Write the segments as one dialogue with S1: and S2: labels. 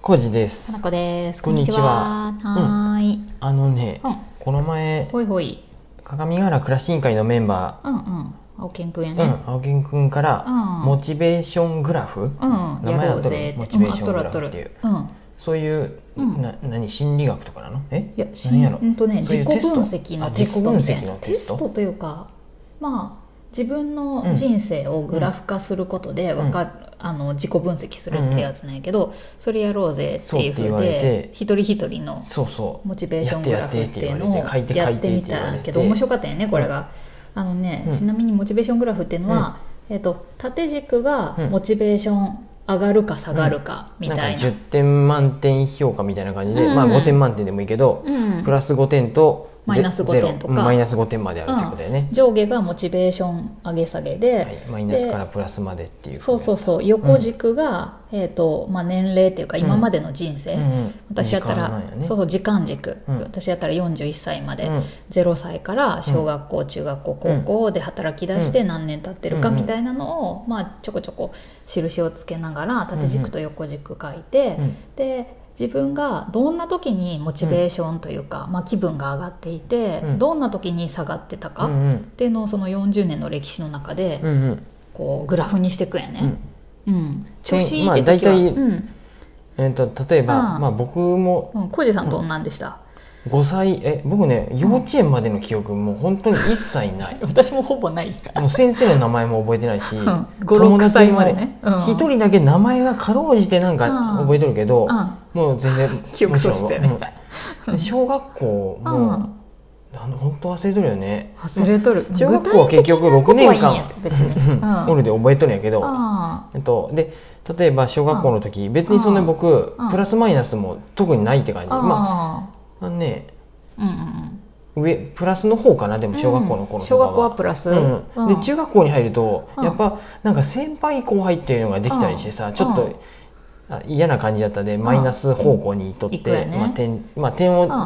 S1: コジで
S2: かな
S1: す。
S2: こです。
S1: こんにちは
S2: こんにちははーい。
S1: あのね、
S2: うん。
S1: この前、
S2: ほいほい。
S1: 鏡ヶ原クラシ委員会のメンバ
S2: うんうん。青健くんや
S1: ー、
S2: ね。
S1: うん、青木くんから、
S2: うん
S1: モチベーショングラフ、
S2: うん。
S1: 名前
S2: やろ
S1: 合
S2: う
S1: っと
S2: ぜ
S1: る
S2: っ
S1: モ
S2: て。
S1: チベーショングラ
S2: うん合っ
S1: フ
S2: と
S1: っ
S2: る
S1: ていう、
S2: 合っとるうん。
S1: そういう、
S2: うん
S1: な何心理学とかなのえ
S2: いや、し
S1: 何やろ
S2: うんとね、
S1: そうい
S2: 自
S1: うテ
S2: 己分
S1: スト
S2: 析の
S1: あ
S2: テストみたいな。
S1: 自己分析のテスト
S2: というか、まあ、自分の人生をグラフ化することで、わかあの自己分析するってやつなんやけど、それやろうぜっていうふ
S1: そうって
S2: う
S1: 言われ
S2: で
S1: て、
S2: 一人一人の
S1: そうそう。
S2: モチベーショングラフっていうのを
S1: やってやってって言われて書いて
S2: やってみ
S1: 書いてって言わ
S2: た
S1: れて
S2: けど面白かったよねこれが。あのね
S1: うん
S2: ちなみにモチベーショングラフっていうのは、えっと縦軸が
S1: うん
S2: モチベーション上がるか下がるかみたい
S1: んか
S2: な
S1: 10。点満点評価みたいな感じで、
S2: うん
S1: まあ5点満点でもいいけど、
S2: うん
S1: プラス5点と
S2: マイナス5
S1: ゼロ
S2: 点とか
S1: うんマイナス5点まであるってことだよね、
S2: 上下がモチベーション上げ下げで、
S1: はい、マイナスからプラスまでっていう
S2: そうそうそう横軸が、えっとまあ、年齢っていうか今までの人生、
S1: うんうん
S2: 私やった
S1: 時間
S2: ら
S1: なんや、ね
S2: そうそう時間軸、
S1: うん
S2: 私やったら41歳まで、
S1: うん
S2: 0歳から小学校、中学校高校で働き出して何年経ってるか
S1: うん
S2: みたいなのを、まあ、ちょこちょこ印をつけながら縦軸と横軸書いて、
S1: うん
S2: で自分がどんな時にモチベーションというか、まあ、気分が上がっていて、
S1: うん
S2: どんな時に下がってたか、
S1: うん
S2: っ
S1: うん
S2: ていうのをその40年の歴史の中で、
S1: うんうん
S2: こうグラフにしていくんや
S1: う
S2: ね
S1: ん。
S2: うん、調子いい
S1: まあ
S2: って時は、
S1: 大体
S2: うん
S1: えー、と例えば、
S2: うん
S1: まあ、僕も
S2: うん、浩二さんどんなんでした、
S1: 5歳え僕ね幼稚園までの記憶、もう本当に一切ない
S2: 私もほぼない
S1: もう先生の名前も覚えてないし、
S2: ん5-6歳までねうん
S1: 一人だけ名前がかろうじてなんか
S2: うん
S1: 覚えとるけど、
S2: うん
S1: もう全然
S2: 記憶喪失だよね
S1: もちろんうんで小学校も、
S2: うん
S1: あの本当忘れとるよね
S2: 忘れとる
S1: 中学校は結局6年間
S2: 具体的なことはいいんや別にうん
S1: おるで覚えとるんやけど、
S2: あ
S1: えっと、で例えば小学校の時、別にそんなに僕、
S2: うん
S1: プラスマイナスも特にないって感じ、
S2: あ
S1: まあ
S2: あ
S1: あのね
S2: あうんうん
S1: 上プラスの方かなで
S2: う
S1: も
S2: ん
S1: 小学校の頃とか
S2: 小
S1: は、
S2: 学校はプラス
S1: うん
S2: うん
S1: で中学校に入ると、
S2: うん
S1: やっぱなんか先輩後輩っていうのができたりしてさ、
S2: うん
S1: ちょっと、
S2: うん
S1: あ嫌な感じだったでマイナス方向にいっとって、
S2: 行くよね
S1: まあ、点まあ点を、
S2: うん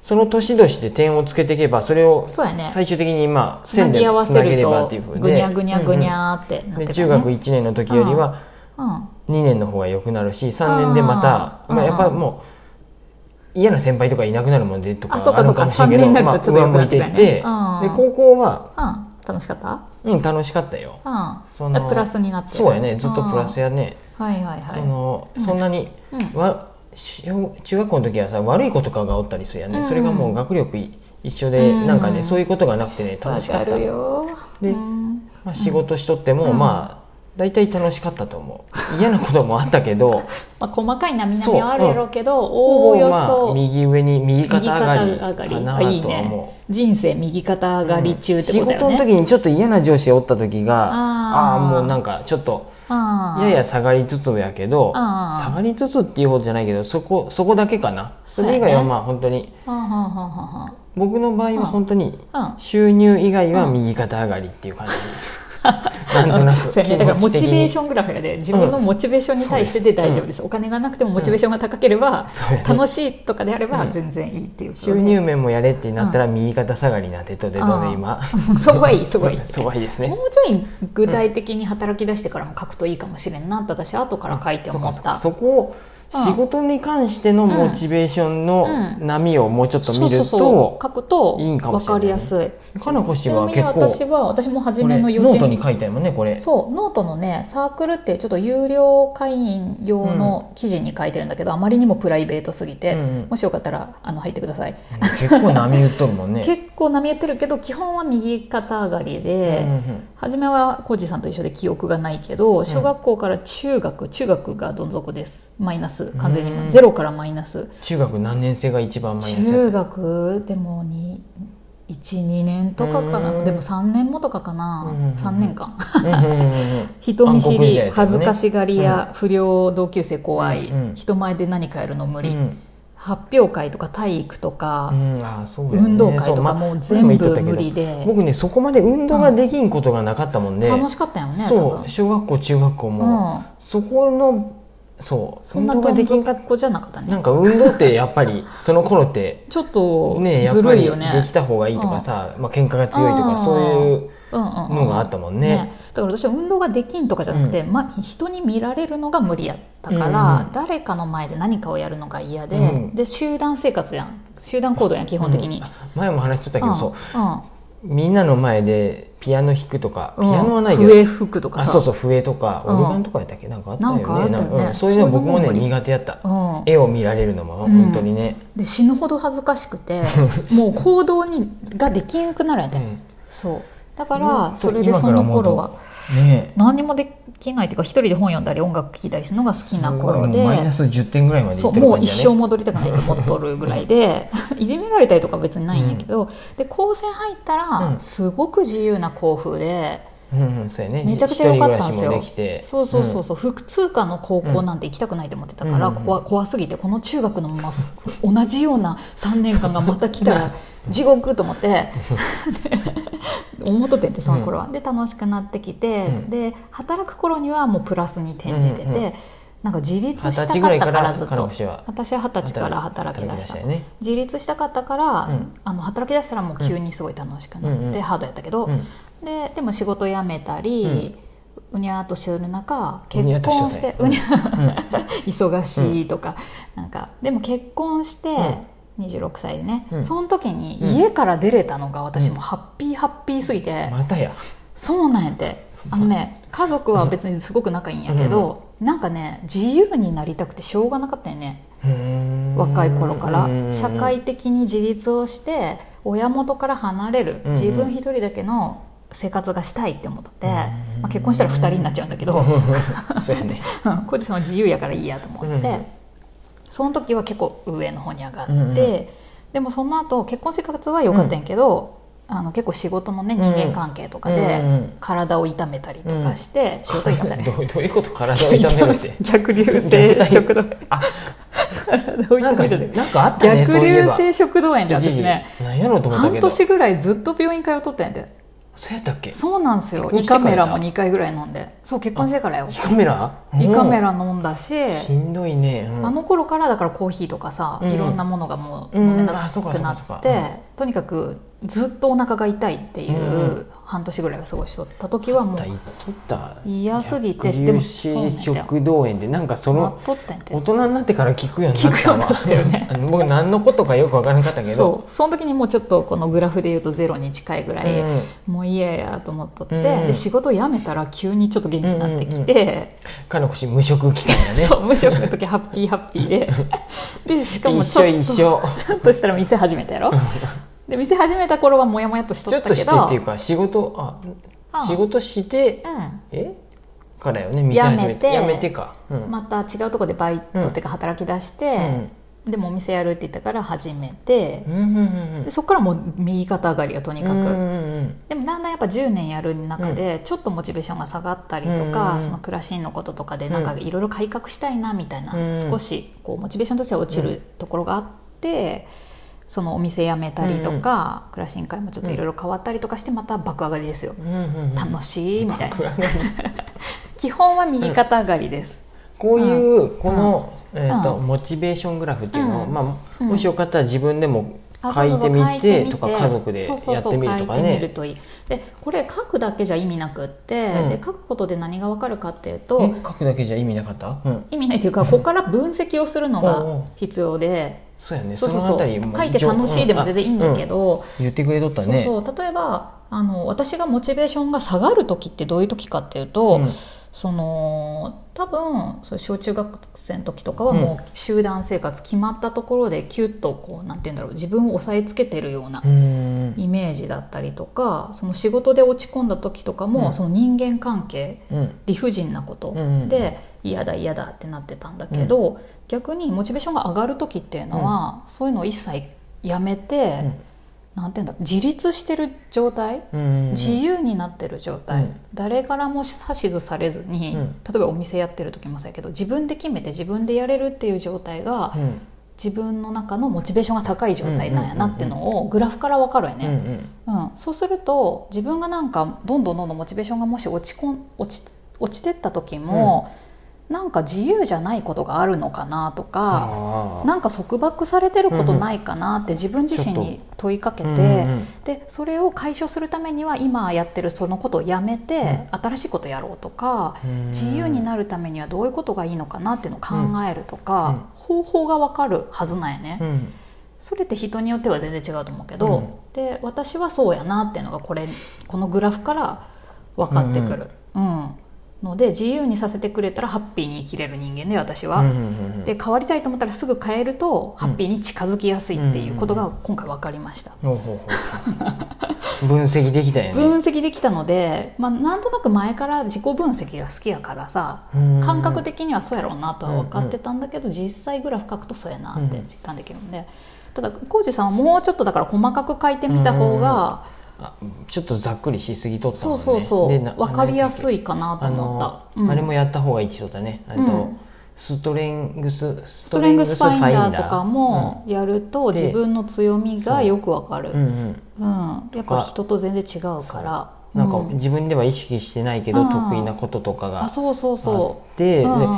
S1: その年々で点をつけていけばそれを
S2: そうやね
S1: 最終的にまあ
S2: つな
S1: 線で
S2: ぎ合わ
S1: つ
S2: せ
S1: なげ
S2: る
S1: れば
S2: と
S1: っていうふう
S2: ぐにゃぐにゃぐにゃーってなって
S1: で
S2: くる
S1: 中
S2: ね
S1: 学1年の時よりは
S2: うん
S1: 2年の方が良くなるし3年でまた
S2: あー
S1: まあ、やっぱ
S2: うんうん
S1: もう嫌な先輩とかいなくなるもんでとか
S2: あそう
S1: あ
S2: かそ
S1: る
S2: うか
S1: かもしれんけど
S2: 三年になる
S1: まあ
S2: とちょっと
S1: 上向いていって、で
S2: 良くなるよねうん
S1: 高校は、
S2: うん楽しかった
S1: うん、楽しかったよそ
S2: うん
S1: の
S2: あプラスになってる
S1: そうやねずっとプラスやね、
S2: うんはいはいはい
S1: その
S2: うん
S1: そんなに、
S2: うん
S1: わ小中学校の時はさ悪い子とかがおったりするやんね、
S2: うん
S1: それがもう学力い一緒で、
S2: うん
S1: なんかねそういうことがなくてね楽しか
S2: わ
S1: った
S2: るよ
S1: で
S2: うん
S1: まあ、仕事しとっても、
S2: うん
S1: まあ大体楽しかったと思う嫌なこともあったけど
S2: まあ細かいなみなみはあるやろうけどお
S1: ほ
S2: お
S1: ぼ
S2: よ
S1: まあ
S2: そ
S1: 右上に右肩
S2: 右
S1: 上が
S2: 肩
S1: り
S2: 上
S1: か
S2: がり
S1: な
S2: あいい
S1: とは思う。
S2: ね人生右肩上がり中ってことだよ
S1: うん仕
S2: ね、
S1: 事の時にちょっと嫌な上司おった時があ
S2: あー
S1: あーもうなんかちょっと
S2: ああ
S1: やや下がりつつやけど
S2: あー
S1: 下がりつつっていうほどじゃないけどそこそこだけかなそれ以外はまあ本当に
S2: はあはあはあは
S1: 僕の場合は本当に
S2: あはあ
S1: 収入以外は右肩上がりっていう 感じ、なんとなく
S2: そうやねだからモチベー
S1: ョン
S2: ショングラフやで自分のモチベーションに対してで大丈夫です、お金がなくてもモチベーションが高ければ、
S1: そうやね
S2: 楽しいとかであれば
S1: うん
S2: 全然いいっていうことで、
S1: 収入面もやれってなったら右肩下がりになってとでどうね今
S2: あーそこはいいそこはいい
S1: そこはいいですね
S2: もうちょい具体的に働き出してからも書くといいかもしれんなって私後から書いて思
S1: そ
S2: っ
S1: うか
S2: た
S1: そうかそこを仕事に関してのモチベーションの波をもうちょっと見る
S2: そうそうそう
S1: と
S2: 書くと
S1: いいんかも
S2: 分
S1: しれない
S2: かりやすい
S1: かなこ氏
S2: ち
S1: は
S2: なみに
S1: 結
S2: 私
S1: 構
S2: は私も初
S1: こ
S2: め
S1: れ
S2: の
S1: ノ
S2: 幼稚
S1: ート
S2: 園
S1: に書いてあるもんねこれ
S2: そうノートのねサークルってちょっと有料会員用の記事に書いてるんだけど、あまりにもプライベートすぎて、
S1: うんうん
S2: もしよかったらあの入ってください、
S1: 結構波打っとるもんね
S2: 結構波打ってるけど基本は右肩上がり
S1: うんうんう
S2: で、
S1: ん
S2: 初めはコージさんと一緒で記憶がないけど小学校から中学中学がどん底ですマイナス完全
S1: うん
S2: にゼロからマイナス
S1: 中学何年生が一番マイナス
S2: 中学でもに12年とかか
S1: う
S2: なんでも3年もとかか
S1: う
S2: な
S1: ん
S2: 3年間
S1: うんうんうんうん
S2: 人見知
S1: 暗黒時代だ
S2: り
S1: よね
S2: 恥ずかしがりや不良同級生怖い
S1: うんうん
S2: 人前で何かやるの無
S1: う
S2: 理
S1: ん
S2: 発表会とか体育とか
S1: うんあーそうだよね
S2: 運動会
S1: そ
S2: と
S1: ま
S2: か
S1: あ
S2: もう全部無理で
S1: 僕ねそこまで運動ができんことがなかったもんで
S2: 楽しかったよね多
S1: そ
S2: 分
S1: う小学校中学校も
S2: うん
S1: そこのそう
S2: そん
S1: 運
S2: な
S1: 動
S2: ど
S1: が
S2: ん
S1: できんか
S2: 底
S1: っ
S2: っ子じゃなかった
S1: な
S2: ね
S1: んか運動ってやっぱりその頃って
S2: ちょっと
S1: ねやっ
S2: ず
S1: ぱ
S2: る
S1: り
S2: いよ
S1: で
S2: ね
S1: きた方がいいとかさ、まあ喧嘩が強いと
S2: う
S1: か
S2: ん
S1: そういうのがあったもんね。
S2: だから私は運動ができんとかじゃなくて、
S1: う
S2: ま、人に見られるのが無理やったから、
S1: うん
S2: 誰かの前で何かをやるのが嫌で、
S1: うん
S2: で集団生活やん集団行動やん基本的に、
S1: うん前も話しとったけど、そう
S2: うんうん
S1: みんなの前でピアノ弾くとか、ピアノはないけど、
S2: 笛吹くとか
S1: あ
S2: さ
S1: そうそう笛とか
S2: うん
S1: オルガンとかやったっけなんかあったよね
S2: なんかあったよね
S1: うんそういうの僕もね
S2: そういうのも無理
S1: 苦手やった
S2: うん
S1: 絵を見られるのも
S2: うん
S1: 本当にね、
S2: で死ぬほど恥ずかし くてもう行動にができんくなるんや
S1: う
S2: で、
S1: ん
S2: そうだか
S1: 本
S2: ら
S1: 当
S2: それでその頃は
S1: ねえ
S2: 何にもできないっていうか一人で本読んだり音楽聴いたりするのが好きな
S1: すご
S2: 頃
S1: いもうマイ
S2: で
S1: ナス10点ぐらいまでい
S2: そ
S1: っ
S2: う
S1: てる
S2: も
S1: 感
S2: う一
S1: じだ
S2: 生
S1: ね
S2: 戻りたくないと思っとるぐらい でいじめられたりとか別にないんやけど、で高専入った
S1: う
S2: ら
S1: ん
S2: すごく自由な校風
S1: う
S2: で、
S1: んうんそうやね
S2: めちゃくちゃ良かったんですよ
S1: 一人暮らしもできて
S2: そうそうそ
S1: そ
S2: うそう、複通科の高校なんて行きたくないと思ってたから、
S1: うんうんうん
S2: 怖怖すぎてこの中学のまま同じような3年間がまた来たら地獄と思 ってで思っとってんてその頃は。で楽しくなってきて、
S1: うん
S2: で働く頃にはもうプラスに転じてて、
S1: うんうん
S2: なんか自立
S1: 二
S2: し
S1: 十
S2: た
S1: 歳
S2: か
S1: ぐら
S2: っ
S1: い
S2: た
S1: か
S2: かららずっ
S1: 彼
S2: と。
S1: 氏は
S2: 私は二十歳から働き出した
S1: 働きよね
S2: 自立したかったから、
S1: うん
S2: あの働き出したらもう急にすごい楽しくなって、
S1: うんうん
S2: ハードやったけど、
S1: うん
S2: ででも仕事辞めたり、うにゃーっとしてる中結
S1: うにゃーっと
S2: 婚し
S1: して
S2: て
S1: た
S2: う
S1: ね
S2: にゃ忙しいとか,、なんかでも結婚して、26歳でね、
S1: うん
S2: その時に
S1: うん
S2: 家から出れたのが私もハッピーハッピーすぎて、
S1: またや
S2: そうなんやてあのね家族は別にすごく仲いいんやけど、なんかね自由になりたくてしょうがなかったよね
S1: うーん
S2: 若い頃か
S1: うんうんう
S2: ら
S1: ん
S2: 社会的に自立をして親元から離れる
S1: うんうん
S2: 自分一人だけの生活がしたいって思ってて、
S1: うんうん
S2: まあ、結婚したら2人になっちゃうんだけ ど
S1: そうや ね
S2: 小路さんは自由やからいいやと思って、
S1: うんうん
S2: その時は結構上の方に上がって、
S1: うんうん
S2: でもその後結婚生活は良かったんやけど、あの結構仕事のね
S1: うん
S2: 人間関係とか
S1: う
S2: で
S1: んうん
S2: 体を痛めたりとかして、仕事痛めたり
S1: どうどういうこと 体を痛めるって
S2: 逆流性食道
S1: あな
S2: 体を痛
S1: んか
S2: めたり
S1: なんかあったね
S2: 逆
S1: そういえ
S2: 流
S1: ば
S2: 性食道炎で
S1: 一
S2: 私
S1: 時
S2: ね
S1: 何やろうと思った
S2: 半
S1: けど
S2: 年ぐらいずっと病院通っとったんやで
S1: そうやったっけ
S2: そうなんですよ
S1: 結婚
S2: 胃
S1: してか
S2: カ
S1: らだ
S2: メラも2回ぐらい飲んでそう結婚してからよ
S1: 胃カメラ
S2: 胃カメ
S1: ラ
S2: ラ飲んだし
S1: しんどいね、うん
S2: あの頃からだからコーヒーとかさ
S1: うん
S2: いろんなものがもう飲め
S1: うんあ
S2: な
S1: そうか
S2: く
S1: そう
S2: な
S1: かそうか
S2: ってとにかくずっとお腹が痛いってい
S1: うんう
S2: う半年ぐらいは過ごしとった時はもう
S1: だ言っとった
S2: 嫌すぎて
S1: 逆流性食道炎ってなんかそ
S2: なっ
S1: の
S2: とったんやて
S1: 大人になってから聞くようになったわ
S2: 聞くようになったよね
S1: あの僕何のことかよく分からなかったけど
S2: そうその時にもうちょっとこのグラフで言うとゼロに近いぐらい、
S1: うん
S2: もう嫌やと思っとって、
S1: うん
S2: で仕事辞めたら急にちょっと元気になってきて、
S1: かのこし無職期間だね
S2: そう無職の時ハッピーハッピーで でしかも
S1: 一
S2: ち
S1: 緒
S2: ょっと
S1: 一緒
S2: ちょっとしたら店始めたやろで店始めた頃はモヤモヤっとしと
S1: ちょ
S2: っ
S1: ったと
S2: け
S1: して
S2: ど
S1: っていうか仕事あ
S2: うん
S1: 仕事してえからよね店始めて
S2: や
S1: や
S2: めて
S1: めてかう
S2: うん
S1: ん
S2: また違うとこでバイトっていうか働き出して、でもお店やるって言ったから始めて
S1: うん、うんうんうん
S2: でそこからもう右肩上がりよとにかく、
S1: うんうん
S2: でもだんだんやっぱ10年やる中でちょっとモチベーションが下がったりと
S1: うんうん
S2: か、
S1: うん
S2: その暮らしのこととかでなんか
S1: うん
S2: いろいろ改革したいなみたいな、
S1: うんうん
S2: 少しこうモチベーションとしては落ちるところがあって、そのお店辞めたりとか、暮らし委会もちょっといろいろ変わったりとかしてまた爆上がりですよ、
S1: うんうんうんうん
S2: 楽しいみたいな
S1: 爆上がり
S2: 基本は右肩上がりです、
S1: こういうこの、えーと
S2: う
S1: モチベーショングラフっていうのを、
S2: うん
S1: まあ、
S2: うん
S1: もしよかったら自分でも
S2: あ
S1: 書いてみ
S2: そうそうそう書い
S1: て
S2: み
S1: とか家族で
S2: そうそう
S1: やっ
S2: そう
S1: てみるとか
S2: 書いてみ
S1: ね
S2: る。といいでこれ書くだけじゃ意味なくって、
S1: うん
S2: で書くことで何がわかるかっていうと、
S1: え書くだけじゃ意味なかった、うん、
S2: 意味ないというかここから分析をするのが必要で
S1: そうやね
S2: そうそう
S1: の
S2: そ
S1: あ
S2: う
S1: たりも
S2: 書いて楽しいでも全然いいんだけ
S1: ど、
S2: ど、
S1: うん言ってくれとっ
S2: そ
S1: た
S2: う
S1: ね
S2: そう例えばあの私がモチベーションが下がる時ってどういう時かっていうと、
S1: うん
S2: その多分そう小中学生の時とかはもう集団生活決まったところでキュッとこうなんて言うんだろう自分を押さえつけてるような
S1: うん
S2: イメージだったりとかその仕事で落ち込んだ時とか
S1: う
S2: も、
S1: ん
S2: その人間関係
S1: うん
S2: 理不尽なこと
S1: うん
S2: で嫌だ嫌だってなってたんだけど、逆にモチベーションが上がる時っていうのは、そういうのを一切やめて、なんていうんだろう自立してる状態、
S1: うん
S2: 自由になってる状態、
S1: うん
S2: 誰からも指図されずに、
S1: うん
S2: 例えばお店やってる時もそうやけど自分で決めて自分でやれるっていう状態が、
S1: うん
S2: 自分の中のモチベーションが高い状態なんやなってのをグラフから分かるよね。
S1: うんうん
S2: うん、そうすると自分がなんかどんどんどんどんモチベーションがもし落ちこん落ち落ちてった時も、なんか自由じゃないことがあるのかなとか、
S1: あー
S2: なんか束縛されてることないかなって自分自身に問いかけて
S1: うんうん
S2: でそれを解消するためには今やってるそのことをやめて新しいことやろうとか
S1: うん
S2: 自由になるためにはどういうことがいいのかなっていうのを考えるとか方法がわかるはずなんやね。
S1: うん
S2: それって人によっては全然違うと思うけど、で私はそうやなっていうのがこれこのグラフから分かってくる、うんので自由にさせてくれたらハッピーに生きれる人間で私は、
S1: うんうんうん
S2: で変わりたいと思ったらすぐ変えるとハッピーに近づきやすいっていうことが今回分かりました、
S1: ほうほうほう分析できたよ
S2: 分
S1: ね
S2: 析できたので、まあ、なんとなく前から自己分析が好きやからさ
S1: うん
S2: 感覚的にはそうやろうなとは分かってたんだけど、実際グラフ書くとそうやなって実感できるんで、ただ浩二さんはもうちょっとだから細かく書いてみた方が、
S1: あちょっとざっくりしすぎとった
S2: そ
S1: もん
S2: う
S1: ね
S2: そうそう、分かりやす
S1: い
S2: いかなと
S1: あ
S2: 思
S1: の
S2: っ、た、
S1: あれも
S2: や
S1: やった方がいいって言っとったね、あと
S2: うん
S1: ストレングス
S2: ス
S1: ス
S2: トレングスファインダーとかもやると
S1: で
S2: 自分の強みがよく分か
S1: うん、う
S2: る、
S1: んうん
S2: うん、やっぱ人と全然違うから
S1: なんか
S2: う
S1: 自分では意識してないけど、
S2: うん
S1: 得意なこととかがあ
S2: あ
S1: って
S2: そうそうそう
S1: で
S2: うんうん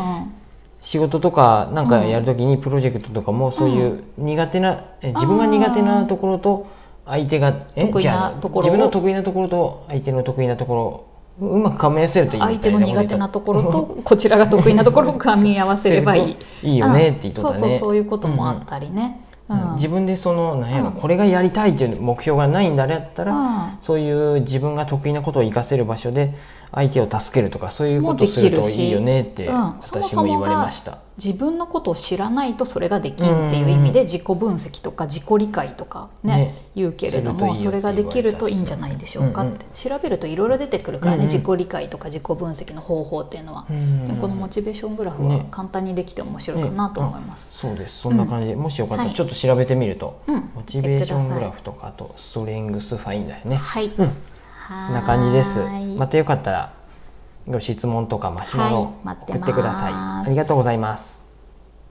S1: 仕事とかなんかやるときにプロジェクトとかもそういう苦手な、え自分が苦手なところと相手がえ
S2: 得意な
S1: じゃあ
S2: ところを
S1: 自分の得意なところと相手の得意なところをうまく噛み合わせるといいみたい
S2: 相手の苦手な
S1: こと。
S2: ころとこちらが得意なところを噛み合わせればいい
S1: いいよねって言っとったね
S2: うんそうそうそういうこともあったりね。
S1: とうん自
S2: 分
S1: 分でそのなんやろ
S2: うん
S1: これがやりたいという目標がないんだったら、そういう自分が得意なことを活かせる場所で相手を助けるとかそういうことをする
S2: も
S1: と
S2: できるし
S1: いいよねって
S2: うん
S1: 私も言われました。
S2: 自分のことを知らないとそれができんっていう意味で自己分析とか自己理解とかね
S1: ね
S2: 言うけれども
S1: す
S2: そ
S1: るといいよって言われ
S2: れ
S1: た
S2: ができるといいんじゃないでしょうかって、調べるといろいろ出てくるからね、
S1: うんうん
S2: 自己理解とか自己分析の方法っていうのは、
S1: うん
S2: でこのモチベーショングラフは
S1: ね
S2: 簡単にできて面白いかなと思います。
S1: そうですそんな感じ、もしよかった
S2: は
S1: ら
S2: い
S1: ちょっと調べてみると、
S2: うん
S1: モチベーショングラフとかあとストレングスファインダーね
S2: はい、
S1: うんこ
S2: こ
S1: んな感じです
S2: ま
S1: またよかったらご質問とかマシュマロ
S2: はい待って
S1: 送ってください、
S2: ます
S1: ありがとうございます